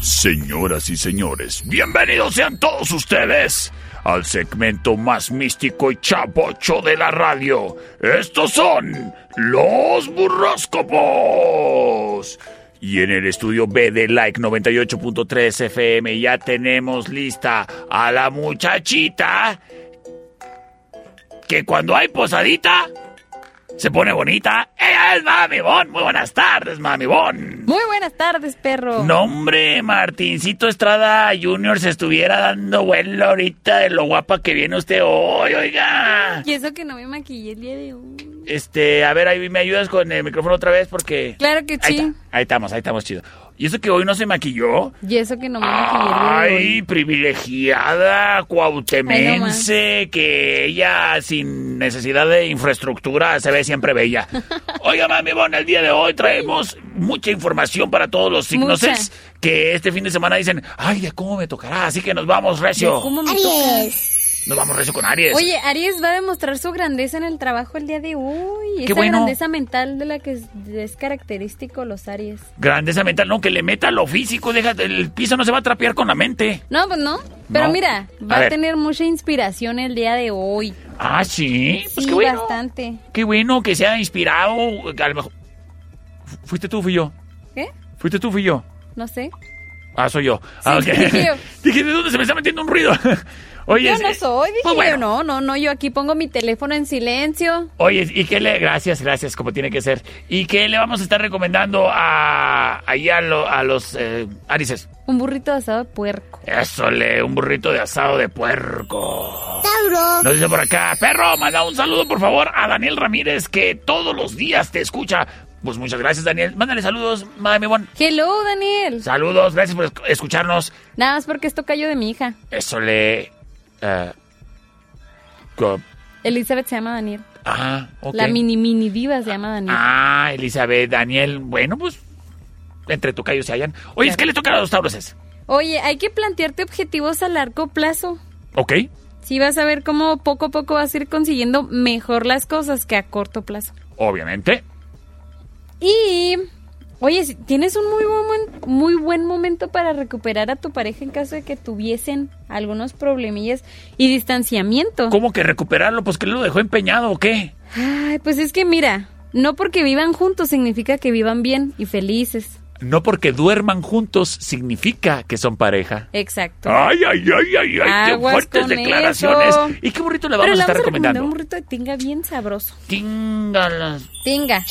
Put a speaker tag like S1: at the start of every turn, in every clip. S1: Señoras y señores, bienvenidos sean todos ustedes al segmento más místico y chapocho de la radio. Estos son los burroscopos. Y en el estudio B de Like 98.3 FM ya tenemos lista a la muchachita que cuando hay posadita se pone bonita. Ella es Mami Bon. Muy buenas tardes, Mami Bon.
S2: Muy buenas tardes, perro.
S1: No, hombre, Martincito Estrada Junior se estuviera dando vuelo ahorita de lo guapa que viene usted hoy, oiga.
S2: Y eso que no me maquillé el día de hoy.
S1: Este, a ver, ahí me ayudas con el micrófono otra vez porque...
S2: Claro que
S1: Ahí,
S2: sí.
S1: está, ahí estamos, ahí estamos, chido. ¿Y eso que hoy no se maquilló?
S2: Y eso que no me maquillé el día de
S1: Ay,
S2: hoy.
S1: privilegiada,
S2: Ay, no más.
S1: cuautemense, que ella sin necesidad de infraestructura se ve siempre bella. Oiga, mami, bueno, el día de hoy traemos mucha información para todos los signosex que este fin de semana dicen, ay, ¿de cómo me tocará? Así que nos vamos recio.
S2: ¿Cómo me toca?
S1: Nos vamos recio con Aries.
S2: Oye, Aries va a demostrar su grandeza en el trabajo el día de hoy.
S1: Qué
S2: Esa
S1: bueno.
S2: grandeza mental de la que es, es característico los Aries.
S1: Grandeza mental, no, que le meta lo físico, deja, el piso no se va a trapear con la mente.
S2: No, pues no. Pero
S1: No.
S2: mira,
S1: A
S2: va a,
S1: ver.
S2: tener mucha inspiración el día de hoy.
S1: Ah, sí, pues
S2: sí,
S1: qué bueno.
S2: bastante.
S1: Qué bueno que sea inspirado. A lo mejor. Fu- ¿Fuiste tú, fui yo?
S2: ¿Qué?
S1: ¿Fuiste tú, fui yo?
S2: No sé.
S1: Ah, soy yo. ah, ok.
S2: Sí, dije yo.
S1: Dije, ¿de dónde se me está metiendo un ruido? Oye,
S2: Yo no
S1: eh,
S2: soy, dije
S1: pues
S2: yo,
S1: bueno.
S2: no, no, no, yo aquí pongo mi teléfono en silencio.
S1: Oye, ¿y qué le...? Gracias, gracias, como tiene que ser. ¿Y qué le vamos a estar recomendando a... ahí a, lo- a los eh, arices?
S2: Un burrito de asado de puerco.
S1: Eso le, un burrito de asado de puerco. Nos dice por acá, perro, manda un saludo por favor a Daniel Ramírez que todos los días te escucha. Pues muchas gracias, Daniel. Mándale saludos, mami, bon.
S2: Hello, Daniel.
S1: Saludos, gracias por esc- escucharnos.
S2: Nada más porque es tocayo de mi hija.
S1: Eso le... eh, co-
S2: Elizabeth se llama Daniel.
S1: ah, ok.
S2: La mini mini diva se llama Daniel.
S1: Ah, Elizabeth, Daniel. Bueno, pues entre tu callo se hallan. Oye, es que le toca a los tauruses.
S2: Oye, hay que plantearte objetivos a largo plazo.
S1: Ok.
S2: Si vas a ver cómo poco a poco vas a ir consiguiendo mejor las cosas que a corto plazo.
S1: Obviamente.
S2: Y, oye, si tienes un muy buen, momen- muy buen momento para recuperar a tu pareja en caso de que tuviesen algunos problemillas y distanciamiento.
S1: ¿Cómo que recuperarlo? Pues que lo dejó empeñado o qué.
S2: Ay, pues es que mira, no porque vivan juntos significa que vivan bien y felices.
S1: No porque duerman juntos significa que son pareja.
S2: Exacto.
S1: Ay, ay, ay, ay, ay, qué
S2: Aguas
S1: fuertes
S2: con
S1: declaraciones.
S2: eso.
S1: ¿Y qué burrito le vamos
S2: Pero
S1: a
S2: le
S1: estar
S2: vamos a recomendar un
S1: recomendando?
S2: burrito de tinga bien sabroso.
S1: Tíngalas.
S2: Tinga.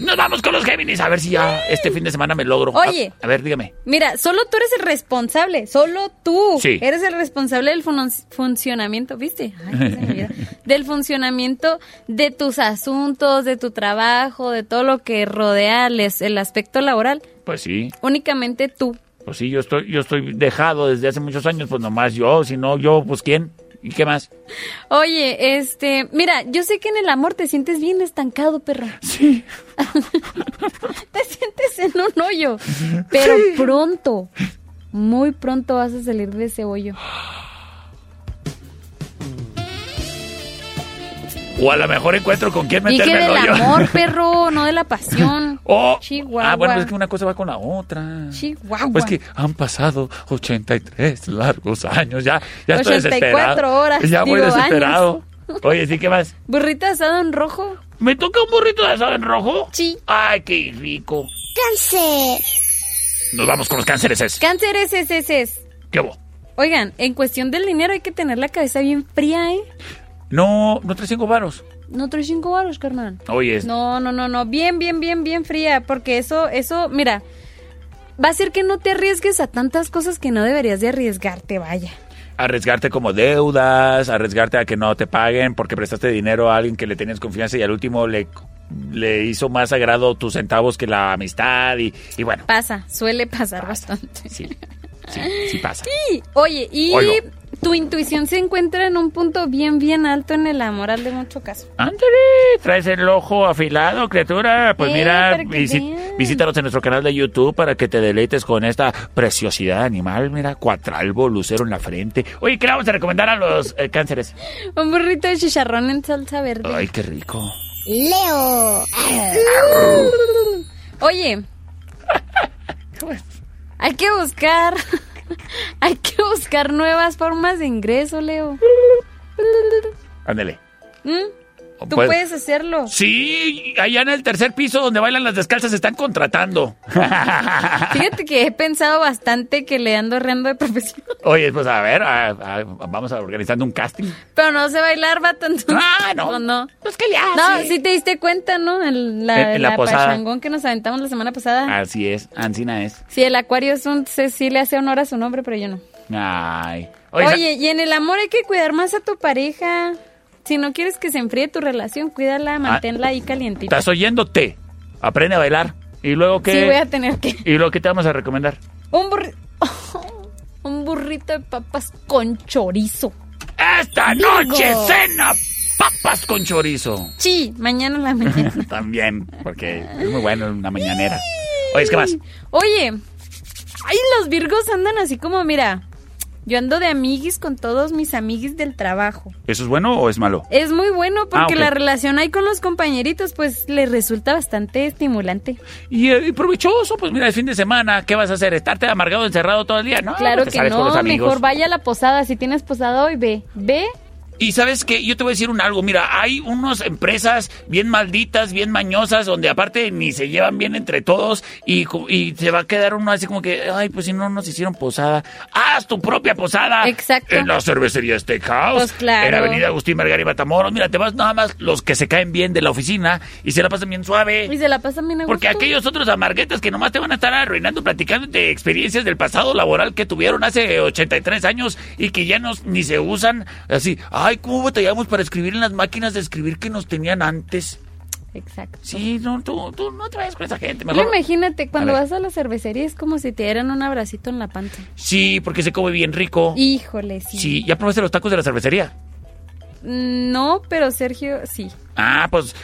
S1: Nos vamos con los Géminis, a ver si ya este fin de semana me logro. A-
S2: Oye.
S1: a ver, dígame.
S2: Mira, solo tú eres el responsable, solo tú
S1: Sí.
S2: eres el responsable del fun- funcionamiento, ¿viste? Ay, se me olvida. del funcionamiento de tus asuntos, de tu trabajo, de todo lo que rodea el, es- el aspecto laboral,
S1: Pues sí.
S2: únicamente tú.
S1: Pues sí, yo estoy, yo estoy dejado desde hace muchos años, pues nomás yo, si no yo, pues quién y qué más.
S2: Oye, este, mira, yo sé que en el amor te sientes bien estancado, perro.
S1: Sí.
S2: Te sientes en un hoyo, pero pronto, muy pronto vas a salir de ese hoyo.
S1: O a lo mejor encuentro con quién
S2: Y que
S1: meterme en
S2: del
S1: el hoyo.
S2: amor, perro, no de la pasión.
S1: O-
S2: Chihuahua.
S1: Ah, bueno, es que una cosa va con la otra.
S2: Chihuahua.
S1: Pues que han pasado 83 largos años, ya, ya estoy
S2: 84
S1: desesperado.
S2: horas,
S1: Ya voy
S2: digo,
S1: desesperado. Oye, sí, ¿qué más?
S2: Burrito asado en rojo.
S1: ¿Me toca un burrito de asado en rojo?
S2: Sí.
S1: Ay, qué rico.
S3: Cáncer.
S1: Nos vamos con los cánceres. es.
S2: Cáncer es, es, es, es.
S1: ¿Qué hubo?
S2: Oigan, en cuestión del dinero hay que tener la cabeza bien fría, ¿eh?
S1: No, no traes cinco varos.
S2: No traes cinco baros, carnal.
S1: Oye, es-
S2: No, no, no, no. Bien, bien, bien, bien fría. Porque eso, eso, mira. Va a ser que no te arriesgues a tantas cosas que no deberías de arriesgarte, vaya.
S1: arriesgarte como deudas, arriesgarte a que no te paguen porque prestaste dinero a alguien que le tenías confianza y al último le, le hizo más sagrado tus centavos que la amistad y, y bueno,
S2: Pasa, suele pasar bastante.
S1: sí, sí, sí pasa.
S2: Y, oye, y
S1: Oigo.
S2: tu intuición se encuentra en un punto bien, bien alto en el amor, hazle mucho caso.
S1: Ándale, traes el ojo afilado, criatura. Pues
S2: Eh,
S1: mira,
S2: para que
S1: visi-
S2: vean.
S1: visítanos en nuestro canal de YouTube para que te deleites con esta preciosidad animal. Mira, cuatralbo, lucero en la frente. Oye, ¿qué le vamos a recomendar a los eh, cánceres?
S2: Un burrito de chicharrón en salsa verde.
S1: Ay, qué rico.
S4: Leo.
S2: Oye, hay que buscar, hay que buscar nuevas formas de ingreso, Leo.
S1: Ándale.
S2: ¿Mm? Tú
S1: Pues-
S2: puedes hacerlo.
S1: Sí, allá en el tercer piso donde bailan las descalzas se están contratando.
S2: Fíjate que he pensado bastante que le ando reando de profesión,
S1: Oye, pues a ver, a- a- vamos a organizando un casting.
S2: pero no sé bailar, vato. entonces,
S1: Ah, no.
S2: pues no.
S1: Pues que le
S2: No,
S1: hace.
S2: sí te diste cuenta, ¿no? El, la,
S1: En- en Eh, la
S2: la
S1: posada. Ah.
S2: pachangón que nos aventamos la semana pasada.
S1: Así es, Ancina es.
S2: Sí, el acuario es un, se- sí le hace honor a su nombre, pero yo no.
S1: Ay.
S2: Oye,
S1: Sa-
S2: y en el amor hay que cuidar más a tu pareja. Si no quieres que se enfríe tu relación, cuídala, manténla ahí calientita.
S1: Ah. Estás oyéndote. Aprende a bailar. ¿Y luego qué?
S2: Sí, voy a tener que...
S1: ¿Y luego qué te vamos a recomendar?
S2: Un burrito... un burrito de papas con chorizo.
S1: ¡Esta noche cena papas con chorizo!
S2: Sí, mañana en la mañana.
S1: También, porque es muy bueno una mañanera. Oye, ¿qué más?
S2: Oye, ay, los virgos andan así como, mira, yo ando de amiguis con todos mis amiguis del trabajo.
S1: ¿Eso es bueno o es malo?
S2: Es muy bueno porque
S1: Ah, ok.
S2: la relación ahí con los compañeritos, pues les resulta bastante estimulante.
S1: Y, eh, y provechoso, pues mira, el fin de semana, ¿qué vas a hacer? ¿Estarte amargado encerrado todo el día? No, pues,
S2: claro
S1: Ah, te
S2: que
S1: sales con los
S2: no,
S1: amigos.
S2: mejor vaya a la posada. Si tienes posada hoy, ve, ve.
S1: Y sabes qué, yo te voy a decir un algo, mira, hay unas empresas bien malditas, bien mañosas, donde aparte ni se llevan bien entre todos y, co- y se va a quedar uno así como que, ay, pues si no nos hicieron posada, haz tu propia posada.
S2: Exacto.
S1: En la cervecería Steakhouse.
S2: Pues claro.
S1: En la avenida Agustín Margarita Matamoros, mira, te vas nada más los que se caen bien de la oficina y se la pasan bien suave.
S2: Y se la pasan bien a
S1: Porque
S2: gusto.
S1: aquellos otros amarguetas que nomás te van a estar arruinando platicando de experiencias del pasado laboral que tuvieron hace 83 años y que ya nos, ni se usan así. Ay, ¿cómo batallamos para escribir en las máquinas de escribir que nos tenían antes?
S2: Exacto.
S1: Sí, no, tú, tú no te vayas con esa gente.
S2: Tú
S1: Mejor.
S2: imagínate, cuando
S1: ver.
S2: vas a la cervecería es como si te dieran un abracito en la panza.
S1: Sí, porque se come bien rico.
S2: Híjole, sí.
S1: Sí, ¿ya probaste los tacos de la cervecería?
S2: No, pero Sergio, sí.
S1: Ah, pues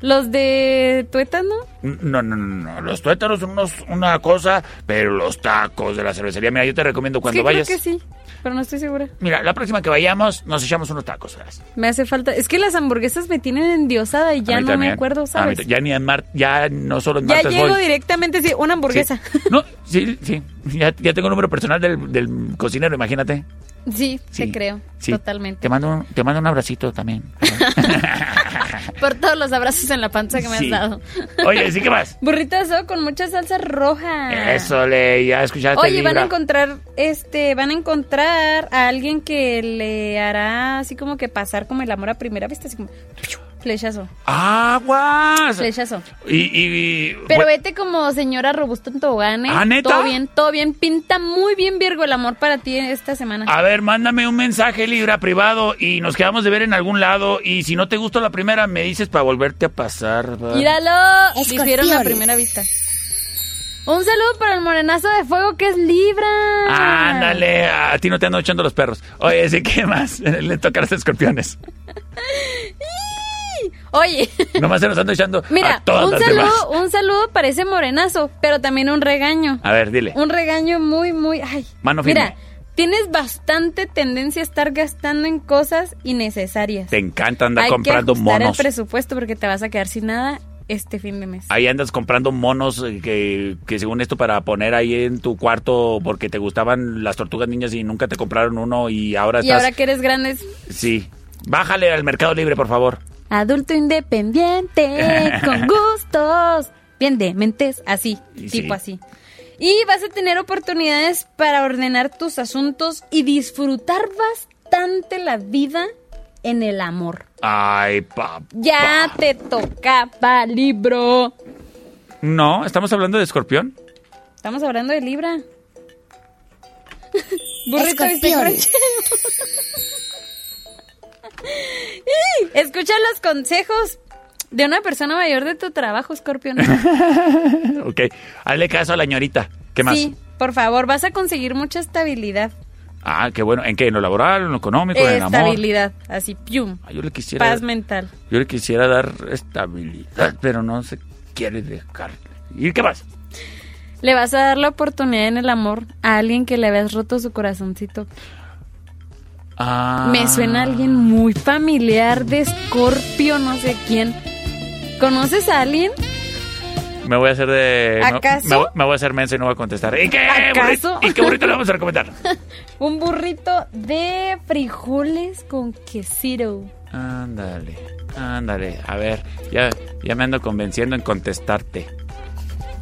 S2: Los de tuétano.
S1: No, no, no, no. Los tuétanos son unos, una cosa, pero los tacos de la cervecería. Mira, yo te recomiendo cuando
S2: es que
S1: vayas.
S2: creo que sí, pero no estoy segura.
S1: Mira, la próxima que vayamos, nos echamos unos tacos. verás.
S2: Me hace falta. Es que las hamburguesas me tienen endiosada y
S1: A
S2: ya
S1: mí
S2: no
S1: también.
S2: me acuerdo,
S1: A mí
S2: ¿sabes?
S1: ta- ya ni en mar, ya no solo en
S2: Ya
S1: martes
S2: llego
S1: voy.
S2: directamente, sí, una
S1: Sí.
S2: hamburguesa.
S1: No, sí, sí. Ya, ya tengo el número personal del, del cocinero, imagínate.
S2: Sí,
S1: Sí,
S2: te creo,
S1: sí.
S2: totalmente.
S1: Te mando un, te mando un abracito también.
S2: Por todos los abrazos en la panza que me
S1: Sí.
S2: has dado.
S1: Oye, ¿sí qué más?
S2: Burrito asado con mucha salsa roja.
S1: Eso, le, ya escuchaste.
S2: Ah. Oye, van a
S1: Libra.
S2: encontrar, este, van a encontrar a alguien que le hará así como que pasar como el amor a primera vista, así como flechazo,
S1: ¡Aguas!
S2: flechazo.
S1: Y, y, y-
S2: Pero
S1: bueno,
S2: vete como señora robusta en tobogán, ¿eh?
S1: ¿Ah, neta?
S2: Todo bien, todo bien. Pinta muy bien, Virgo, el amor para ti esta semana.
S1: A ver, mándame un mensaje Libra privado y nos quedamos de ver en algún lado. Y si no te gustó la primera, me dices para volverte a pasar. ¿va?
S2: Míralo,
S4: Escorpión.
S2: dijeron a primera vista. Un saludo para el morenazo de fuego que es Libra.
S1: Ándale, a ti no te ando echando los perros. Oye, ¿sí qué más? Le toca a los escorpiones.
S2: Oye,
S1: Nomás se los ando echando
S2: mira,
S1: a todas
S2: un
S1: las demás.
S2: saludo, un saludo para ese morenazo, pero también un regaño.
S1: A ver, dile.
S2: Un regaño muy, muy. Ay.
S1: Ah. Mano firme.
S2: mira, tienes bastante tendencia a estar gastando en cosas innecesarias.
S1: Te encanta andar
S2: Hay
S1: comprando
S2: que ajustar
S1: monos.
S2: el presupuesto porque te vas a quedar sin nada este fin de mes.
S1: Ahí andas comprando monos eh, que, que según esto para poner ahí en tu cuarto porque te gustaban las tortugas niñas y nunca te compraron uno y ahora
S2: y
S1: estás...
S2: ahora que eres grande es
S1: Sí. Bájale al Mercado Libre, por favor.
S2: adulto independiente, con gustos, bien de mentes, así,
S1: Y
S2: tipo así.
S1: sí.
S2: Y vas a tener oportunidades para ordenar tus asuntos y disfrutar bastante la vida en el amor.
S1: Ay, papá.
S2: Ya te tocaba, libro.
S1: No, estamos hablando de escorpión.
S2: Estamos hablando de Libra. Burrito de
S4: Escorpión.
S2: ranchero. Escucha los consejos de una persona mayor de tu trabajo, Scorpion.
S1: Ok, hazle caso a la ñorita. ¿Qué más?
S2: Sí, por favor, vas a conseguir mucha estabilidad.
S1: Ah, qué bueno. ¿En qué? ¿En lo laboral? ¿En lo económico? ¿En el amor?
S2: estabilidad, así, pium.
S1: Ah, yo le quisiera...
S2: Paz mental.
S1: Yo le quisiera dar estabilidad, pero no se quiere dejar. ¿Y qué más?
S2: Le vas a dar la oportunidad en el amor a alguien que le habías roto su corazoncito.
S1: Ah,
S2: Me suena a alguien muy familiar de Scorpio, no sé quién. ¿Conoces a alguien?
S1: Me voy a hacer de. me-
S2: ¿Acaso?
S1: Me, voy- me voy a hacer menso y no voy a contestar. ¿Y qué?
S2: ¿Acaso?
S1: burrito- ¿Y qué burrito le vamos a recomendar?
S2: Un burrito de frijoles con quesito.
S1: Ándale, ándale. A ver, ya, ya me ando convenciendo en contestarte.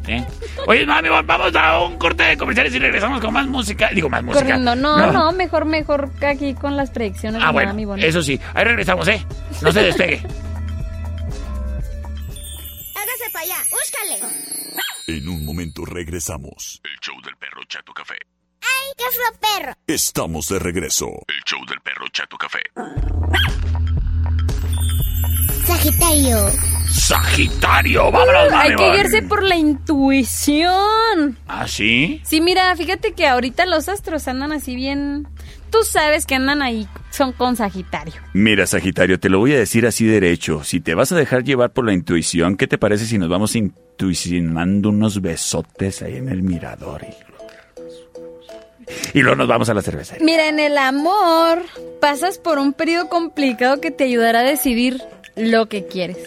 S1: ¿Eh? Oye, mami, vamos a un corte de comerciales y regresamos con más música. Digo, más música.
S2: Corriendo, no, no, mejor, mejor que aquí con las predicciones
S1: Ah,
S2: de
S1: bueno,
S2: Mami Bon.
S1: eso sí. Ahí regresamos, ¿eh? No se despegue.
S4: Hágase para allá, búscale.
S5: En un momento regresamos.
S3: El show del perro Chato Café.
S4: ¡Ay, qué feo perro!
S5: Estamos de regreso.
S3: El show del perro Chato Café.
S4: Sagitario.
S1: Sagitario, vámonos, mami.
S2: Hay que
S1: Bon.
S2: guiarse por la intuición.
S1: ¿Ah, sí?
S2: Sí, mira, fíjate que ahorita los astros andan así bien. Tú sabes que andan ahí, son con Sagitario.
S6: Mira, Sagitario, te lo voy a decir así derecho. Si te vas a dejar llevar por la intuición, ¿qué te parece si nos vamos intuicionando unos besotes ahí en el mirador? Y, y luego nos vamos a la cervecería.
S2: Mira, en el amor pasas por un periodo complicado que te ayudará a decidir lo que quieres.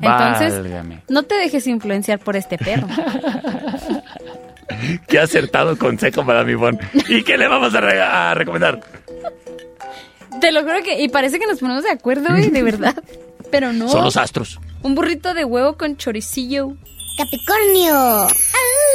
S2: Entonces,
S1: Válgame.
S2: no te dejes influenciar por este perro.
S1: Qué acertado consejo para mi Bon. ¿Y qué le vamos a, re- a recomendar?
S2: te lo juro que. Y parece que nos ponemos de acuerdo, güey, de verdad. Pero no.
S1: Son los astros.
S2: Un burrito de huevo con choricillo.
S4: Capricornio.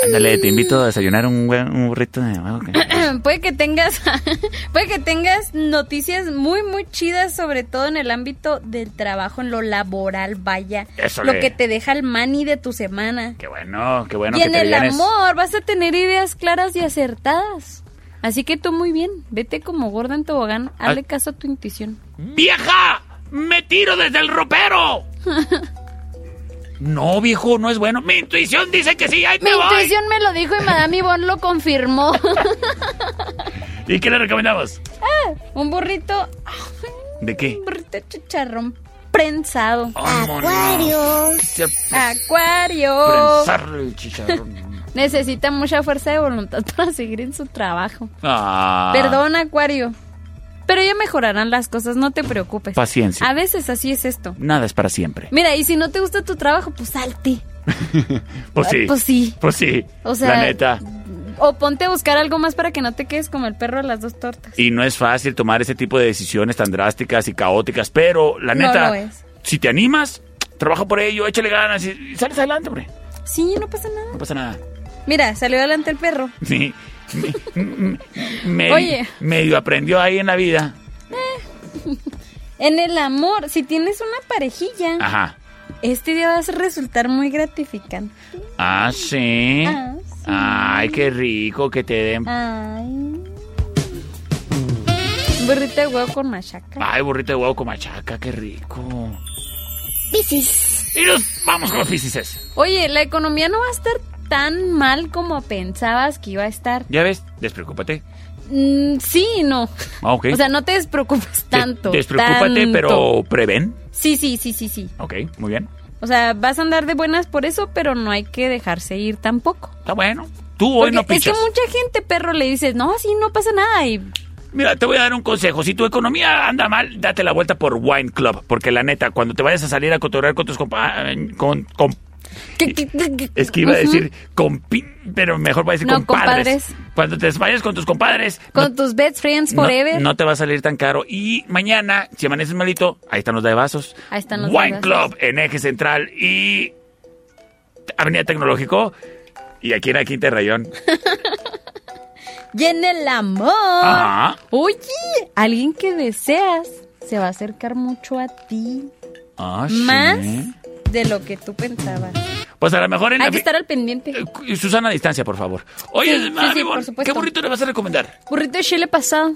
S6: Ándale, te invito a desayunar un, buen- un burrito de huevo.
S2: puede que tengas puede que tengas noticias muy muy chidas sobre todo en el ámbito del trabajo en lo laboral vaya
S1: Eso
S2: lo
S1: le-
S2: que te deja el mani de tu semana
S1: Qué bueno, qué bueno
S2: y
S1: que
S2: en
S1: te
S2: el
S1: vienes.
S2: amor vas a tener ideas claras y acertadas así que tú muy bien vete como gorda en tobogán
S1: Ah.
S2: hazle caso a tu intuición
S1: ¡Vieja! ¡Me tiro desde el ropero! no, viejo, no es bueno. Mi intuición dice que sí, ahí
S2: mi
S1: te voy.
S2: intuición me lo dijo y Madame Yvonne lo confirmó
S1: ¿Y qué le recomendamos?
S2: un burrito
S1: ¿De qué?
S2: un burrito de chicharrón prensado
S1: Oh, Vámonos.
S4: Acuario.
S2: Ah,
S1: Se
S2: acuario
S1: prensar el chicharrón.
S2: Necesita mucha fuerza de voluntad para seguir en su trabajo.
S1: Ah.
S2: Perdón, Acuario. Pero ya mejorarán las cosas, no te preocupes.
S1: Paciencia.
S2: A veces así es esto.
S6: Nada es para siempre.
S2: Mira, y si no te gusta tu trabajo, pues salte.
S1: Pues sí.
S2: Pues sí.
S1: Pues sí.
S2: O sea,
S1: la neta.
S2: O ponte a buscar algo más para que no te quedes como el perro de las dos tortas.
S6: Y no es fácil tomar ese tipo de decisiones tan drásticas y caóticas, pero la
S2: No
S6: neta,
S2: lo es.
S6: si te animas, trabaja por ello, échale ganas y y sales adelante, hombre.
S2: Sí, no pasa nada.
S6: No pasa nada.
S2: Mira, salió adelante el perro.
S6: Sí. Me- me-
S2: Oye.
S6: Medio aprendió ahí en la vida.
S2: En el amor, si tienes una parejilla,
S6: Ajá.
S2: este día vas a resultar muy gratificante.
S6: Ah, sí.
S2: Ah, sí. Ah,
S6: Ay, qué rico que te den.
S2: Ay. Burrito de huevo con machaca.
S6: Ay, burrito de huevo con machaca, qué rico.
S4: Piscis.
S6: Y nos vamos con los piscises.
S2: Oye, la economía no va a estar tan mal como pensabas que iba a estar.
S6: Ya ves, despreocúpate.
S2: Mm, sí y no.
S6: Ah, ok.
S2: O sea, no te despreocupes
S6: Des-
S2: tanto.
S6: despreocúpate,
S2: tanto.
S6: pero prevén.
S2: Sí, sí, sí, sí, sí.
S6: Ok, muy bien.
S2: O sea, vas a andar de buenas por eso, pero no hay que dejarse ir tampoco.
S6: Está bueno. Tú hoy
S2: Porque
S6: no
S2: es que
S6: pichas.
S2: mucha gente, perro, le dices, no, así no pasa nada. Y
S6: Mira, te voy a dar un consejo. Si tu economía anda mal, date la vuelta por Wine Club. Porque la neta, cuando te vayas a salir a cotorrear con tus compa- con- con
S2: que- que- que- que-
S6: Es que iba a
S2: Ujú.
S6: decir compi, pero mejor va a decir
S2: No,
S6: compadres.
S2: compadres.
S6: Cuando te vayas con tus compadres,
S2: con tus best friends
S6: no,
S2: forever.
S6: no te va a salir tan caro. Y mañana, si amaneces malito, ahí están los de vasos.
S2: Ahí están los
S6: Wine
S2: Daibazos.
S6: Club en Eje Central y Avenida Tecnológico. Y aquí en la Quinta de Rayón.
S2: Y en el amor.
S6: Ajá.
S2: Oye, alguien que deseas se va a acercar mucho a ti.
S6: Ah, sí.
S2: más de lo que tú pensabas.
S1: Pues a lo mejor en
S2: Hay
S1: la
S2: que
S1: fi-
S2: estar al pendiente.
S1: Eh, cu- Susana, a distancia, por favor. Oye,
S2: Sí, sí,
S1: mami,
S2: sí,
S1: bon,
S2: por supuesto.
S1: ¿qué burrito le vas a recomendar?
S2: Burrito de chile pasado.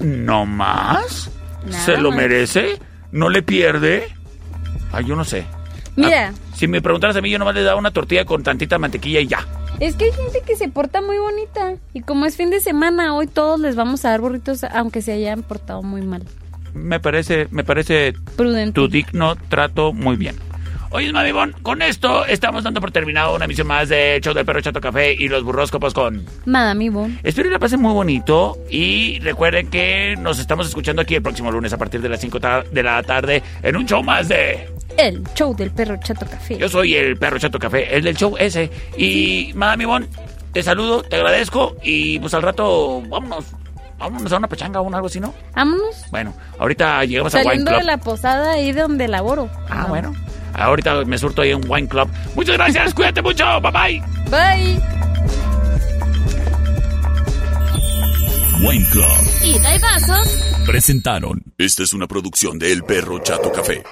S6: ¿No más?
S2: Nada
S6: ¿Se lo
S2: más.
S6: merece? ¿No le pierde?
S1: Ay, yo no sé. Ah,
S2: Mira,
S1: Si me preguntaras a mí, yo nomás le daba una tortilla con tantita mantequilla y ya.
S2: es que hay gente que se porta muy bonita. Y como es fin de semana, hoy todos les vamos a dar burritos, aunque se hayan portado muy mal.
S6: Me parece, me parece
S2: Prudente.
S6: tu digno trato muy bien.
S1: Oye, mami, bon, con esto estamos dando por terminado una misión más de Hecho del Perro Chato Café y los burróscopos con...
S2: Madame Yvonne.
S1: Espero que la pasen muy bonito y recuerden que nos estamos escuchando aquí el próximo lunes a partir de las 5 ta- de la tarde en un show más de...
S2: El show del perro chato café.
S1: Yo soy el Perro Chato Café, el del show ese. Y, mami, bon, te saludo, te agradezco y pues al rato vámonos. Vámonos a una pachanga o un algo así, ¿no?
S2: Vámonos.
S1: Bueno, ahorita llegamos a Wine
S2: Saliendo
S1: Club.
S2: de la posada ahí de donde laboro.
S1: Ah, bueno. Ahorita me surto ahí en Wine Club. Muchas gracias, cuídate mucho, bye bye.
S2: Bye.
S3: Wine Club
S2: Y dai vasos.
S3: presentaron. Esta es una producción de El Perro Chato Café.